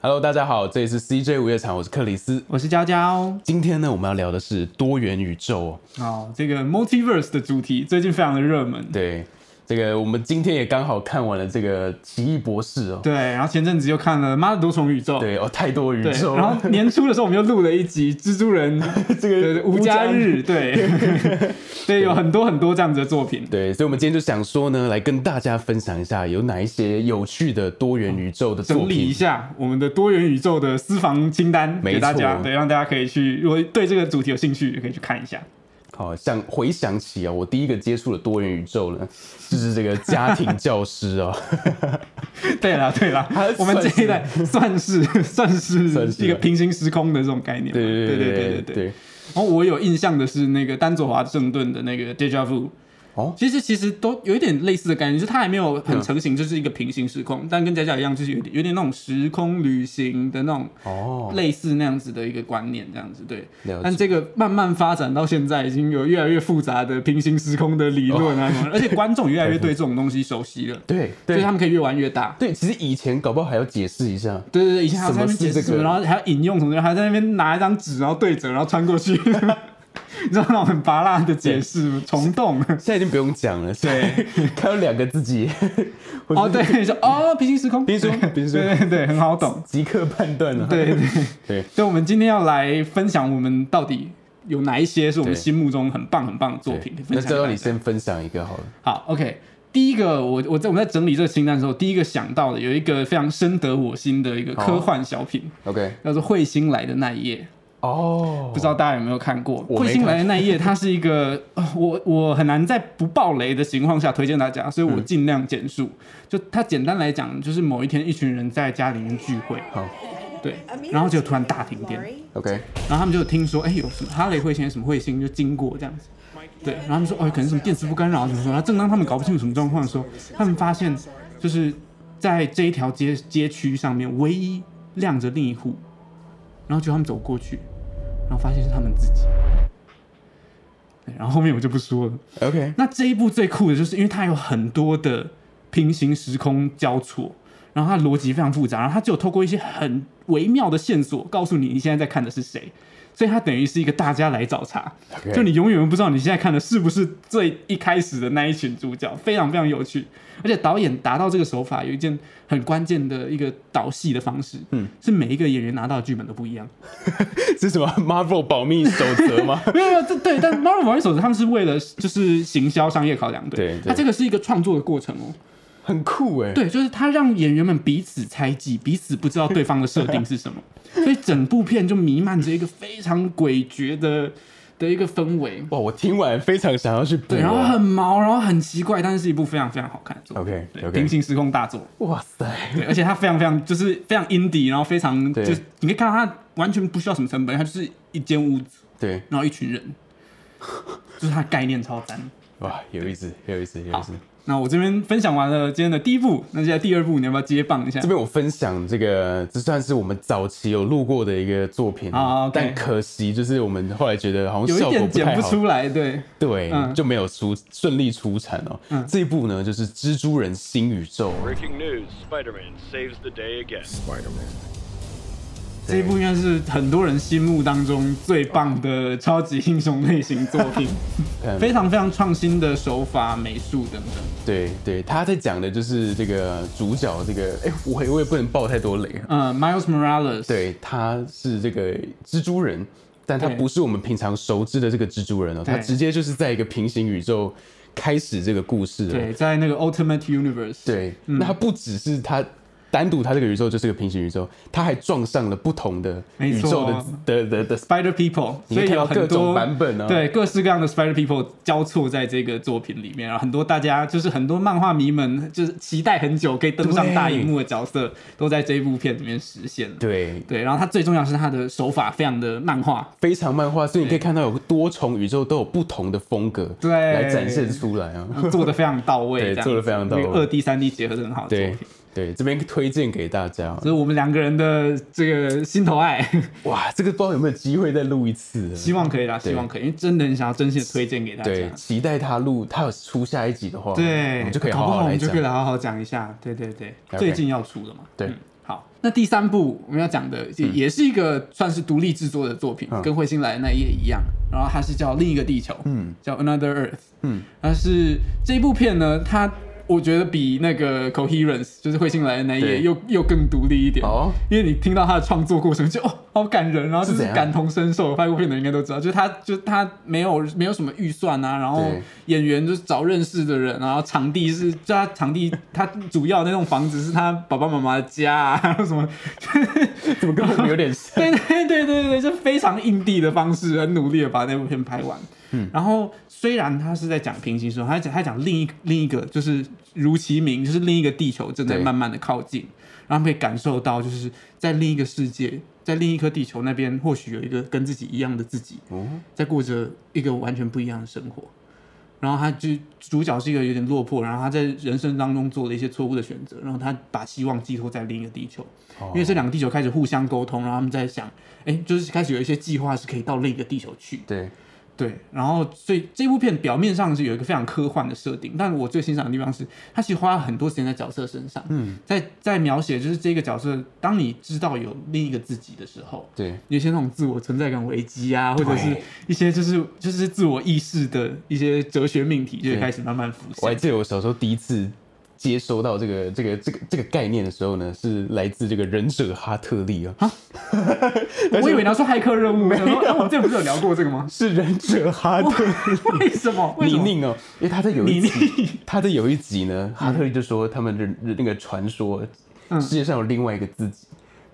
Hello，大家好，这里是 CJ 午夜场，我是克里斯。我是娇娇。今天呢，我们要聊的是多元宇宙。哦，这个 multiverse 的主题最近非常的热门。对，这个我们今天也刚好看完了这个《奇异博士》哦。对，然后前阵子又看了《妈的多重宇宙》。对哦，太多宇对。宙然了。后年初的时候，我们又录了一集《蜘蛛人 这》个的无家 日。对，对，有很多很多这样子的作品。对，所以我们今天就想说呢，来跟大家分享一下有哪一些有趣的多元宇宙的作整理一品。下我们的多元宇宙的私房清单没给大家，错对，让大家可以去，如果对这个主题有兴趣，可以去看 一下。好，像回想起啊，我第一个接触的多元宇宙呢， 就是这个家庭教师 哦。对啦，对啦 还，我们算这一代算是算是算是一个平行时空的这种概念嘛。对对对对对对对对对。然后我有印象的是那个丹佐华盛顿的那个 Deja Vu。哦其实其实都有一点类似的概念，就是它还没有很成型，就是一个平行时空，但跟佳佳一样，就是有点有点那种时空旅行的那种哦，类似那样子的一个观念，这样子对。了但解。这个慢慢发展到现在，已经有越来越复杂的平行时空的理论啊什么的，而且观众也越来越对这种东西熟悉了，对所以哦 对他们可以越玩越大。对，其实以前搞不好还要解释一下。对对对，以前还要在那边解什释么是什这么，个然后还要引用什么，还在那边拿一张纸，然后对折，然后穿 过去，你知道那种很拔辣的解释，虫洞。现在已经不用讲了，对，看到两个自 己，我哦，对，你说哦，平行时空，冰叔，冰叔对对对，很好懂。即刻判断了，对对对所以我们今天要来分享我们到底有哪一些是我们对心目中很棒很棒的作对品，分那享给教大教家你先分享一个好了，好，OK。第一个，我我在我们在整理这个清单的时候，第一个想到的有一个非常深得我心的一个科幻小品， ，OK，叫做《彗星来的那一夜》。哦不，知道大家有没有看过《我没彗星来的那一夜》？它是一个，呃我我很难在不爆雷的情况下推荐大家，所以我嗯尽量简述。就它简单来讲，就是某一天一群人在家里面聚会，好对，然然后后就就突突然然大大停停电电，， ，OK，然后他们就听说，哎、有什么哈雷彗星、什么彗星就经过这样子，对，然后他们说，哦，可能什么电磁波干扰什么什么。然后正当他们搞不清楚什么状况的时候，他们发现就是在这一条街街区上面唯一亮着另一户，然后就他们走过去，然后发现是他们自己。对，然后后面我就不说了。 ，OK，那这一部最酷的就是，因为它有很多的平行时空交错，然后它的逻辑非常复杂，然后它就透过一些很微妙的线索告诉你你现在在看的是谁，所以它等于是一个大家来找茬 OK 就你永远不知道你现在看的是不是最一开始的那一群主角，非常非常有趣。而且导演达到这个手法有一件很关键的一个导戏的方式，嗯，是每一个演员拿到的剧本都不一样。这是什么 Marvel 保密守则吗？没有没有，这对，但 Marvel 玩手他们是为了就是行销商业考量，对对它这个是一个创作的过程哦， 很酷哎，对，就是他让演员们彼此猜忌，彼此不知道对方的设定是什么， 所以整部片就弥漫着一个非常诡谲的的一个氛围，哇，我听完非常想要去补啊对，然后很毛，然后很奇怪，但是是一部非常非常好看的作品。 ，OK 对，平 OK，行时空大作，哇塞，对，而且它非常非常就是非常 indie，然后非常对就是你可以看到它完全不需要什么成本，它就是一间屋子，对，然后一 群人，就是它的概念超赞。哇，有意思，有意思，有意思。那我这边分享完了今天的第一部，那现在第二部你要不要接棒一下这？边我分享这个，这算是我们早期有录过的一个作品啊，OK 但可惜就是我们后来觉得好像有效一果点不剪太不好，出来，对，对，嗯就没有出顺利出产哦。这一部呢就是《蜘蛛人新宇宙》， Breaking news Spider Man saves the day again. 这一部应该是很多人心目当中最棒的超级英雄类型作品，嗯非常非常创新的手法、美术等等。对对，他在讲的就是这个主角这个，哎，我也我也不能爆太多雷啊。呃，Miles Morales，，对，他是这个蜘蛛人，但他对不是我们平常熟知的这个蜘蛛人哦，他对直接就是在一个平行宇宙开始这个故事哦。对，嗯在那个 Ultimate Universe，，对，那它不只是它单独它这个宇宙就是个平行宇宙，它还撞上了不同的没宇宙的错的的的 Spider People，你可所以以看到有各很种多版本啊对，各式各样的 Spider People 交错在这个作品里面，然后很多大家就是很多漫画迷们就是期待很久可以登上大荧幕的角色，都在这一部片里面实现了。对。对，然后它最重要是它的手法非常的漫画，非常漫画，所以你可以看到有多重宇宙都有不同的风格，对来展现出来啊。 做的非常到位，对这样做得非常到位二 D、三 D 结合的很好的作对品。对，这边推荐给大家。这是我们两个人的这个心头爱， 哇，这个不知道有没有机会再录一次啊。希望可以啦，希望可以，因为真的很想要真心的推荐给大家。对，期待他录，他有出下一集的话，我对，们就可以搞好不好我来们就讲可以。来好好讲一下。对对对 OK 最近要出的嘛。对嗯好，那第三部我们要讲的也也是一个算是独立制作的作品，嗯跟彗星来的那一夜一样。然后它是叫另一个地球，嗯，叫 Another Earth，嗯，但是这部片呢，它我觉得比那个 Coherence 就是彗星来的那一夜对又又更独立一点，哦，因为你听到他的创作过程就哦好感人，然后就是怎是样感同身受，拍过片的人应该都知道，就是他就他没有没有什么预算啊，然后对演员就是找认识的人，然后场地是就他场地他主要那栋房子是他爸爸妈妈的家啊，然后什么， 怎么跟 我们有点像？对对对对对，就非常硬地的方式，很努力的把那部片拍完。嗯，然后虽然他是在讲平行时空，他讲他讲另一另一个就是如其名，就是另一个地球正在对慢慢的靠近，然后可以感受到就是在另一个世界，在另一颗地球那边，或许有一个跟自己一样的自己，哦，在过着一个完全不一样的生活。然后他就主角是一个有点落魄，然后他在人生当中做了一些错误的选择，然后他把希望寄托在另一个地球，因为这两个地球开始互相沟通，然后他们在想，哎，就是开始有一些计划是可以到另一个地球去，对，对，然后所以这部片表面上是有一个非常科幻的设定，但我最欣赏的地方是，它其实花了很多时间在角色身上，嗯，在在描写就是这个角色，当你知道有另一个自己的时候，对，有一些那种自我存在感危机啊，或者是对一些就是就是自我意识的一些哲学命题，就会对开始慢慢浮我还现。记得我小时候第一次接收到这个这个这个这个概念的时候呢，是来自这个忍者哈特利啊，？我以为你要说骇客任务，我想说，哎、我们之前不是有聊过这个吗 是忍者哈特利。为什么？为泥什么？泞哦，因为他在有一泥集，他在有一集呢，哈特利就说他们的那个传说，嗯世界上有另外一个自己，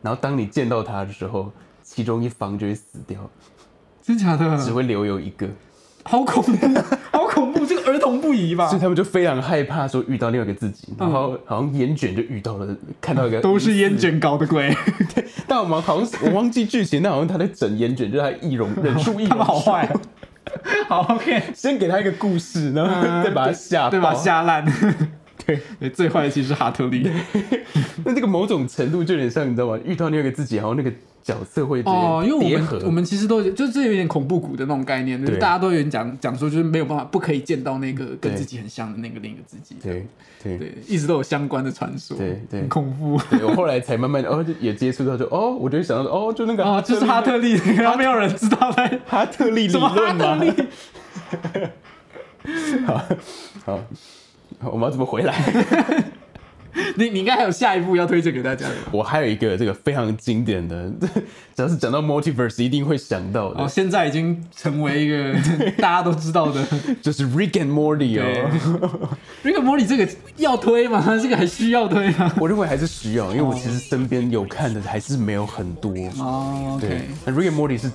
然后当你见到他的时候，其中一方就会死掉，真假的？只会留有一个，啊好恐怖， 好恐怖！这个儿童不宜吧所以？他们就非常害怕说遇到另外一个自己，然后好像烟卷就遇到了，看到一个嗯嗯都是烟卷搞的 鬼，但我们好像是我忘记剧情，但好像他在整烟卷，就是他易容忍术易 他容，们好坏、啊。好，OK，先给他一个故事，然后再把他吓爆，呃嗯对吧？吓烂。对。 对，最坏的其实是哈特利。 那这个某种程度就有点像你知道吗？遇到另外一个自己，然后那个角色会直接哦，因为我叠们合我们其实都有就是有点恐怖谷的那种概念，就是对大家都有人讲讲说，就是没有办法，不可以见到那个跟对自己很像的那个另一个自己。对对对，一直都有相关的传说，对对很恐怖。对，我后来才慢慢地哦就也接触到就哦，我就想到哦就那个 哦，就是哈特利， 然后没有人知道他 哈特利理什么哈论特嘛。利。 好，好我们要怎么回来？ 你你应该还有下一部要推荐给大家的吧？我还有一个这个非常经典的， 只要是讲到 multiverse 一定会想到的，哦，现在已经成为 一个大家都知道的。就是 Rick and Morty 对哦。 Rick and Morty 这个要推吗？这个还需要推吗？ 我认为还是需要，因为我其实身边有看的还是没有很多。哦对，OK，那，Rick and Morty 是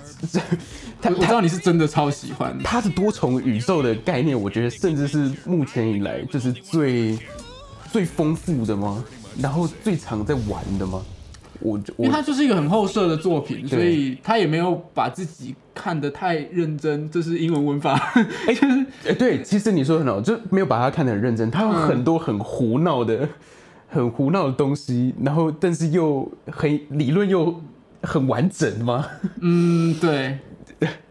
他我知他道你是真的超喜欢。他的多重宇宙的概念，我觉得甚至是目前以来就是最最丰富的吗？然后最常在玩的吗？我因为我它就是一个很后设的作品，所以他也没有把自己看得太认真，这是英文文法。 哎、哎对，其实你说得很好，就没有把它看得很认真，它有很多很胡闹嗯的、 很胡闹的东西，然后但是又很理论又很完整吗？ 嗯，对，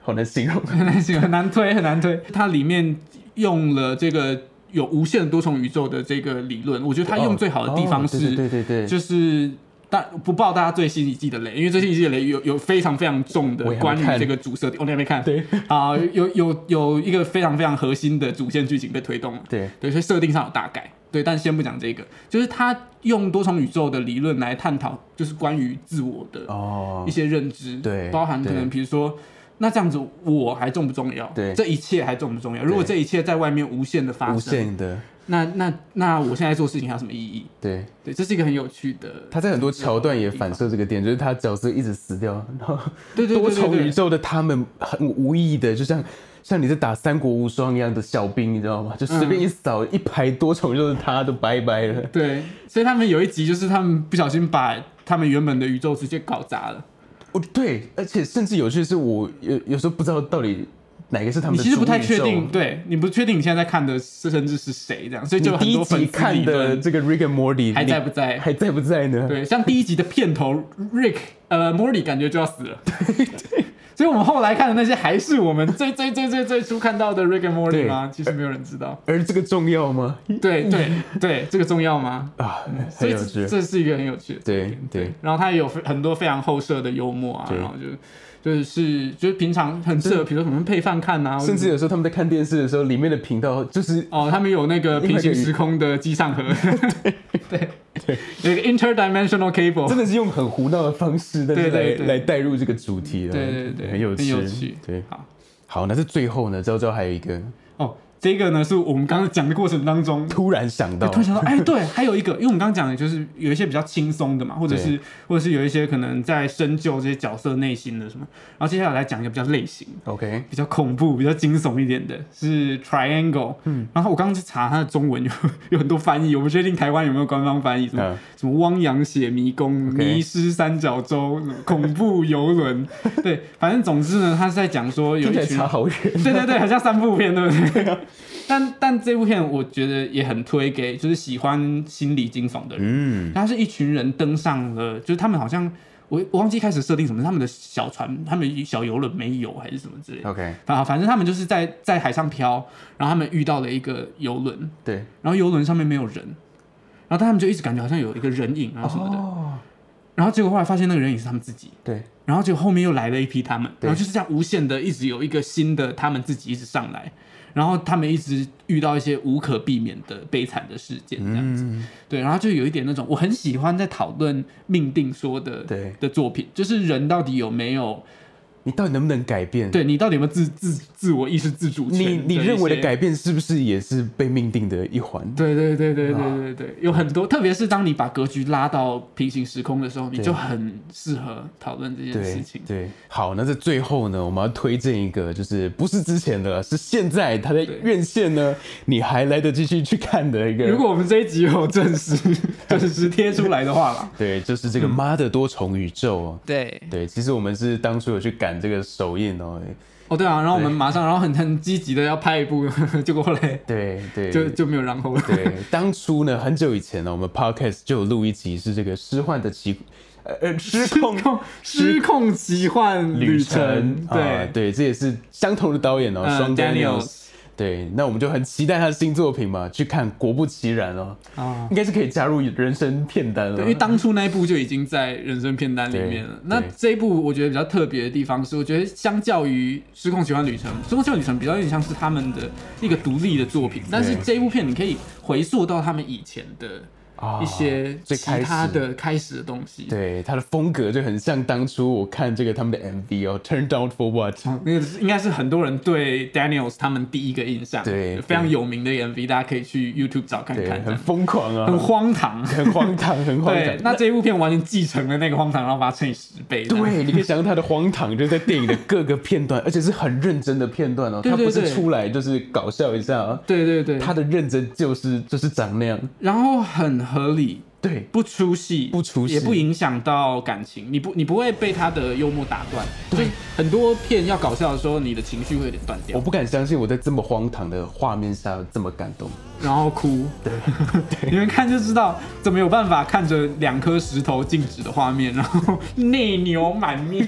好难形容。很难行，很难推，很难推。它里面用了这个有无限多重宇宙的这个理论，我觉得它用最好的地方是，哦对对对对对就是。但不爆大家最新一季的雷，因为最新一季的雷有有非常非常重的我也还没关于看这个主设定，我、哦、你还没看？对啊，有有有一个非常非常核心的主线剧情被推动了，对对，所以设定上有大改，对，但先不讲这个，就是他用多重宇宙的理论来探讨，就是关于自我的哦一，些认知，对包含可对能比如说，那这样子我还重不重要？对这一切还重不重要？如果这一切在外面无限的发生，无限的，那那那我现在做事情还有什么意义？对。对，这是一个很有趣的，他在很多桥段也反射这个点，就是他角色一直死掉，然后对对对多对重对宇宙的他们很无意义的，就像像你在打三国无双一样的小兵，你知道吗？就随便一扫、一排多重宇宙的他都拜拜了。对，所以他们有一集就是他们不小心把他们原本的宇宙直接搞砸了，哦，对，而且甚至有趣的是我有有时候不知道到底哪个是他你们的其实不太主宇确宙定，。对你不确定你现在在看的是甚至是谁这样，所以你就有第很一多粉集丝看理的论这个 Rick and Morty 还在你不在还在不在呢？对，像第一集的片头 Rick 呃 Morty 感觉就要死了， 所以我们后来看的那些还是我们最最最最最初看到的 Rick and 对 Morty 吗？其实没有人知道。而这个重要吗？对对对，这个重要 吗？啊，所很以有趣这。这是一个很有趣的。对对，然后他也有非很多非常后设的幽默啊，对然后就就是就是平常很适合，比如说什么配饭看啊，甚至或者有时候他们在看电视的时候，里面的频道就是哦，他们有那个平行时空的机上盒， 对 对，有一个 interdimensional cable，真的是用很胡闹的方式，但是来哦对对对来带入这个主题了，对对对，很有很有趣，对，好好，那这最后呢，昭昭还有一个哦，这个呢是我们刚刚讲的过程当中突然想到突，然想到，哎，对，还有一个，因为我们刚刚讲的就是有一些比较轻松的嘛，或者是或者是有一些可能在深究这些角色内心的什么，然后接下来来讲一个比较类型。 OK，比较恐怖、比较惊悚一点的是 Triangle，嗯，然后我刚刚去查它的中文有 有很多翻译，我不确定台湾有没有官方翻译，什么、嗯什么汪洋血迷宫、 OK 迷失三角洲、什么恐怖游 轮，对，反正总之呢，他是在讲说有听起来一群差好远，对对对，很像三部片，对 不对？但但这部片我觉得也很推给就是喜欢心理惊悚的人。嗯，他是一群人登上了，就是他们好像我我忘记开始设定什么，他们的小船、他们小游轮没有还是什么之类的。 OK，反反正他们就是在在海上漂，然后他们遇到了一个游轮，对，然后游轮上面没有人，然后但他们就一直感觉好像有一个人影啊什么的，哦，然后结果后来发现那个人影是他们自己，对，然后就后面又来了一批他们，对然后就是这样无限的，一直有一个新的他们自己一直上来，然后他们一直遇到一些无可避免的悲惨的事件，这样子，嗯，对，然后就有一点那种我很喜欢在讨论命定说的对的作品，就是人到底有没有你到底能不能改变？，对你到底有没有自自自我意识自主权你你认为的一些改变是不是也是被命定的一环？对对对对对对对，有很多，特别是当你把格局拉到平行时空的时候，你就很适合讨论这件对事情。对，好，那这最后呢，我们要推荐一个，就是不是之前的，是现在它在对院线呢，你还来得及去去看的一个。如果我们这一集有证 实证实贴出来的话啦，对，就是嗯这个《妈的多重宇宙》哦。对，对，其实我们是当初有去赶这个首映哦。哦对啊，然后我们马上，然后很很积极的要拍一部， 结果后来对对，就就没有然后了。 对，当初呢，很久以前呢，我们 podcast 就有录一集是这个失幻的奇，呃呃，失控失控失控奇幻旅旅程程，，啊对，对，这也是相同的导演哦，嗯双 Daniels 对，那我们就很期待他的新作品嘛，去看，果不其然哦，啊应该是可以加入人生片单了。对，因为当初那一部就已经在人生片单里面了对。那对这一部我觉得比较特别的地方是，我觉得相较于《失控奇幻旅程》，《失控奇幻旅程》比较有点像是他们的一个独立的作品，但是这一部片你可以回溯到他们以前的啊一些最其开始他的开始的东西。对他的风格就很像当初我看这个他们的 MV 哦，Turned Out for What？哦，那个是应该是很多人对 Daniels 他们第一个印象，对非常对有名的 MV，大家可以去 YouTube 找看对，看，这很样疯狂啊，很荒唐。很荒唐，很荒对唐，。那这一部片完全继承了那个荒唐，然后把它乘以十倍。这 样 对，你可以想象他的荒唐，就是在电影的各个片段，而且是很认真的片段哦。对对他不对是出来就是搞笑一下、哦，对对对，他的认真就是就是长那样。然后很合理，对，不出戏，不出戏也不影响到感情，你不你不会被他的幽默打断。所以很多片要搞笑的时候，你的情绪会有点断我掉，不敢相信我在这么荒唐的画面下这么感动。然后哭。 对，你们看就知道怎么有办法看着两颗石头静止的画面，然后内牛满 面，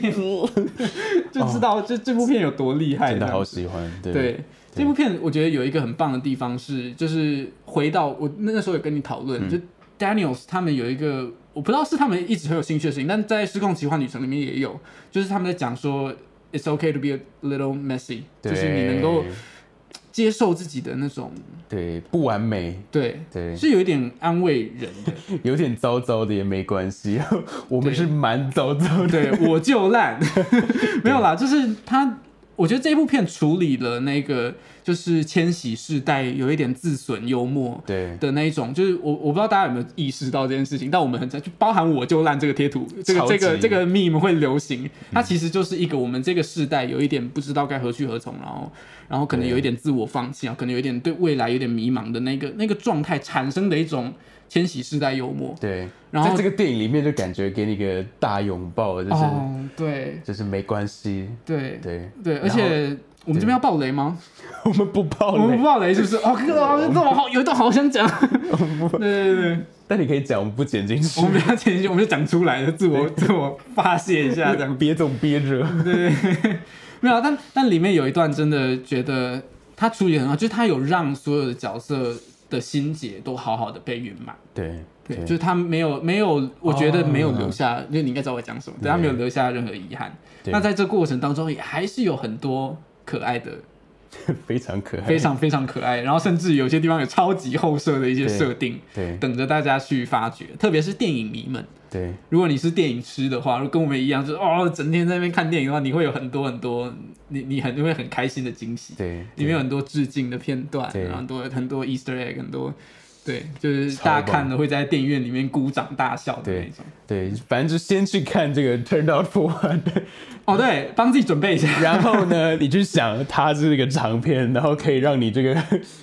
就知道这这部片有多厉害。真的这样好子喜欢，对对，这部片我觉得有一个很棒的地方是，就是回到我那个时候有跟你讨嗯论，就 Daniels 他们有一个，我不知道是他们一直很有兴趣的事情，但在《失控奇幻旅程》里面也有，就是他们在讲说 It's okay to be a little messy，对就是你能够接受自己的那种，对不完美，对，对是有一点安慰人的。 有点糟糟的也没关系， 我们对是蛮糟糟的。对，我就 烂，没有啦，就是他，我觉得这部片处理了那个就是千禧世代有一点自损幽默，对的那一种，就是我我不知道大家有没有意识到这件事情，但我们很在就包含我就烂这个贴图，这个超级这个这个 meme 会流行，它其实就是一个我们这个世代有一点不知道该何去何从，然后然后可能有一点自我放弃啊，可能有一点对未来有点迷茫的那个那个状态产生的一种千禧世代幽默。对，然后在这个电影里面就感觉给你一个大拥抱，就是、哦，对就是没关系，对对对，而然后且我们这边要爆雷吗？我们不爆 我们雷 哦不。爆雷是不是？哦，哥，这我好有一段好想讲。对对对，但你可以讲，我们不剪进去我，们不要前进，我们就讲出来了，自我自我发泄一 下这样。别总憋着。对， 没有啊，但但里面有一段真的觉得他处理得很好，就是他有让所有的角色的心结都好好的被圆满。对对，就是他没有没有，我觉得没有留下，就你应该知道我在讲什么，对他对没有留下任何遗憾。对那在这过程当中，也还是有很多可爱的，非常可爱，非常非常可爱，然后甚至有些地方有超级后设的一些对设定，对等着大家去发掘，特别是电影迷们。对如果你是电影痴的话，如果跟我们一样，就是哦，整天在那边看电影的话，你会有很多很多，你你很你会很开心的惊喜。，对，里面有很多致敬的片段，对然后很多很多 Easter egg，很多，对，就是超大棒家看了会在电影院里面鼓掌大笑的那对种。对，反正就先去看这个 Turned Out for What，哦，对，帮自己准备一下。然后呢，你去想它是一个长片，然后可以让你这个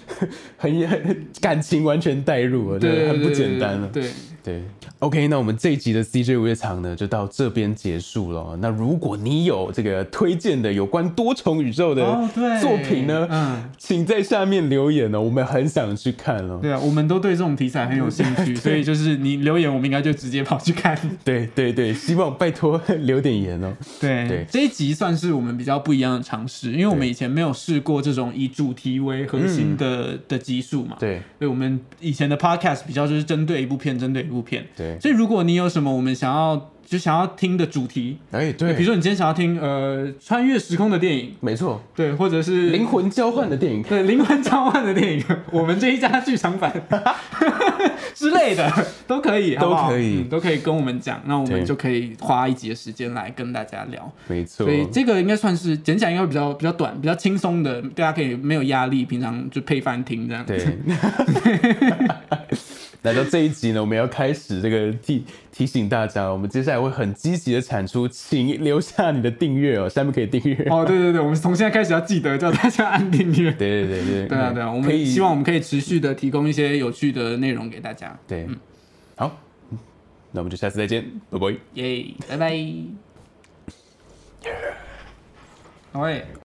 很很感情完全带入了，啊对对，很不对简单啊了。对，对，OK，那我们这一集的 CJ 午夜场呢，就到这边结束了哦。那如果你有这个推荐的有关多重宇宙的哦对作品呢，嗯请在下面留言哦，我们很想去看哦。对啊，我们都对这种题材很有兴 趣，所以就是你留言，我们应该就直接跑去看。对对对，希望拜托留点言哦。对对这一集算是我们比较不一样的尝试，因为我们对以前没有试过这种以主题为核心的、的集数嘛。，嗯对所以我们以前的 podcast 比较就是针对一部片，针对一部片。对，所以如果你有什么我们想要就想要听的主题，哎对，比如说你今天想要听呃穿越时空的电影，没错，对，或者是灵魂交换的电影，对灵魂交换的电影， 我们这一家剧场版 之类的都可以，好不好都可以嗯都可以跟我们讲，那我们对就可以花一集的时间来跟大家聊。没错所，以这个应该算是剪起来应该会比较比较短，比较轻松的，大家可以没有压力，平常就配饭听这样。对。 来到这一集呢，我们要开始这个提提醒大家，我们接下来会很积极的产出，请留下你的订阅哦，下面可以订阅。 哦，对对对，我们从现在开始要记得叫大家按订阅。对对对对，对啊对啊，嗯我可们以希望我们可以持续的提供一些有趣的内容给大家。对，好，那我们就下次再见，拜拜。耶，拜拜。喂。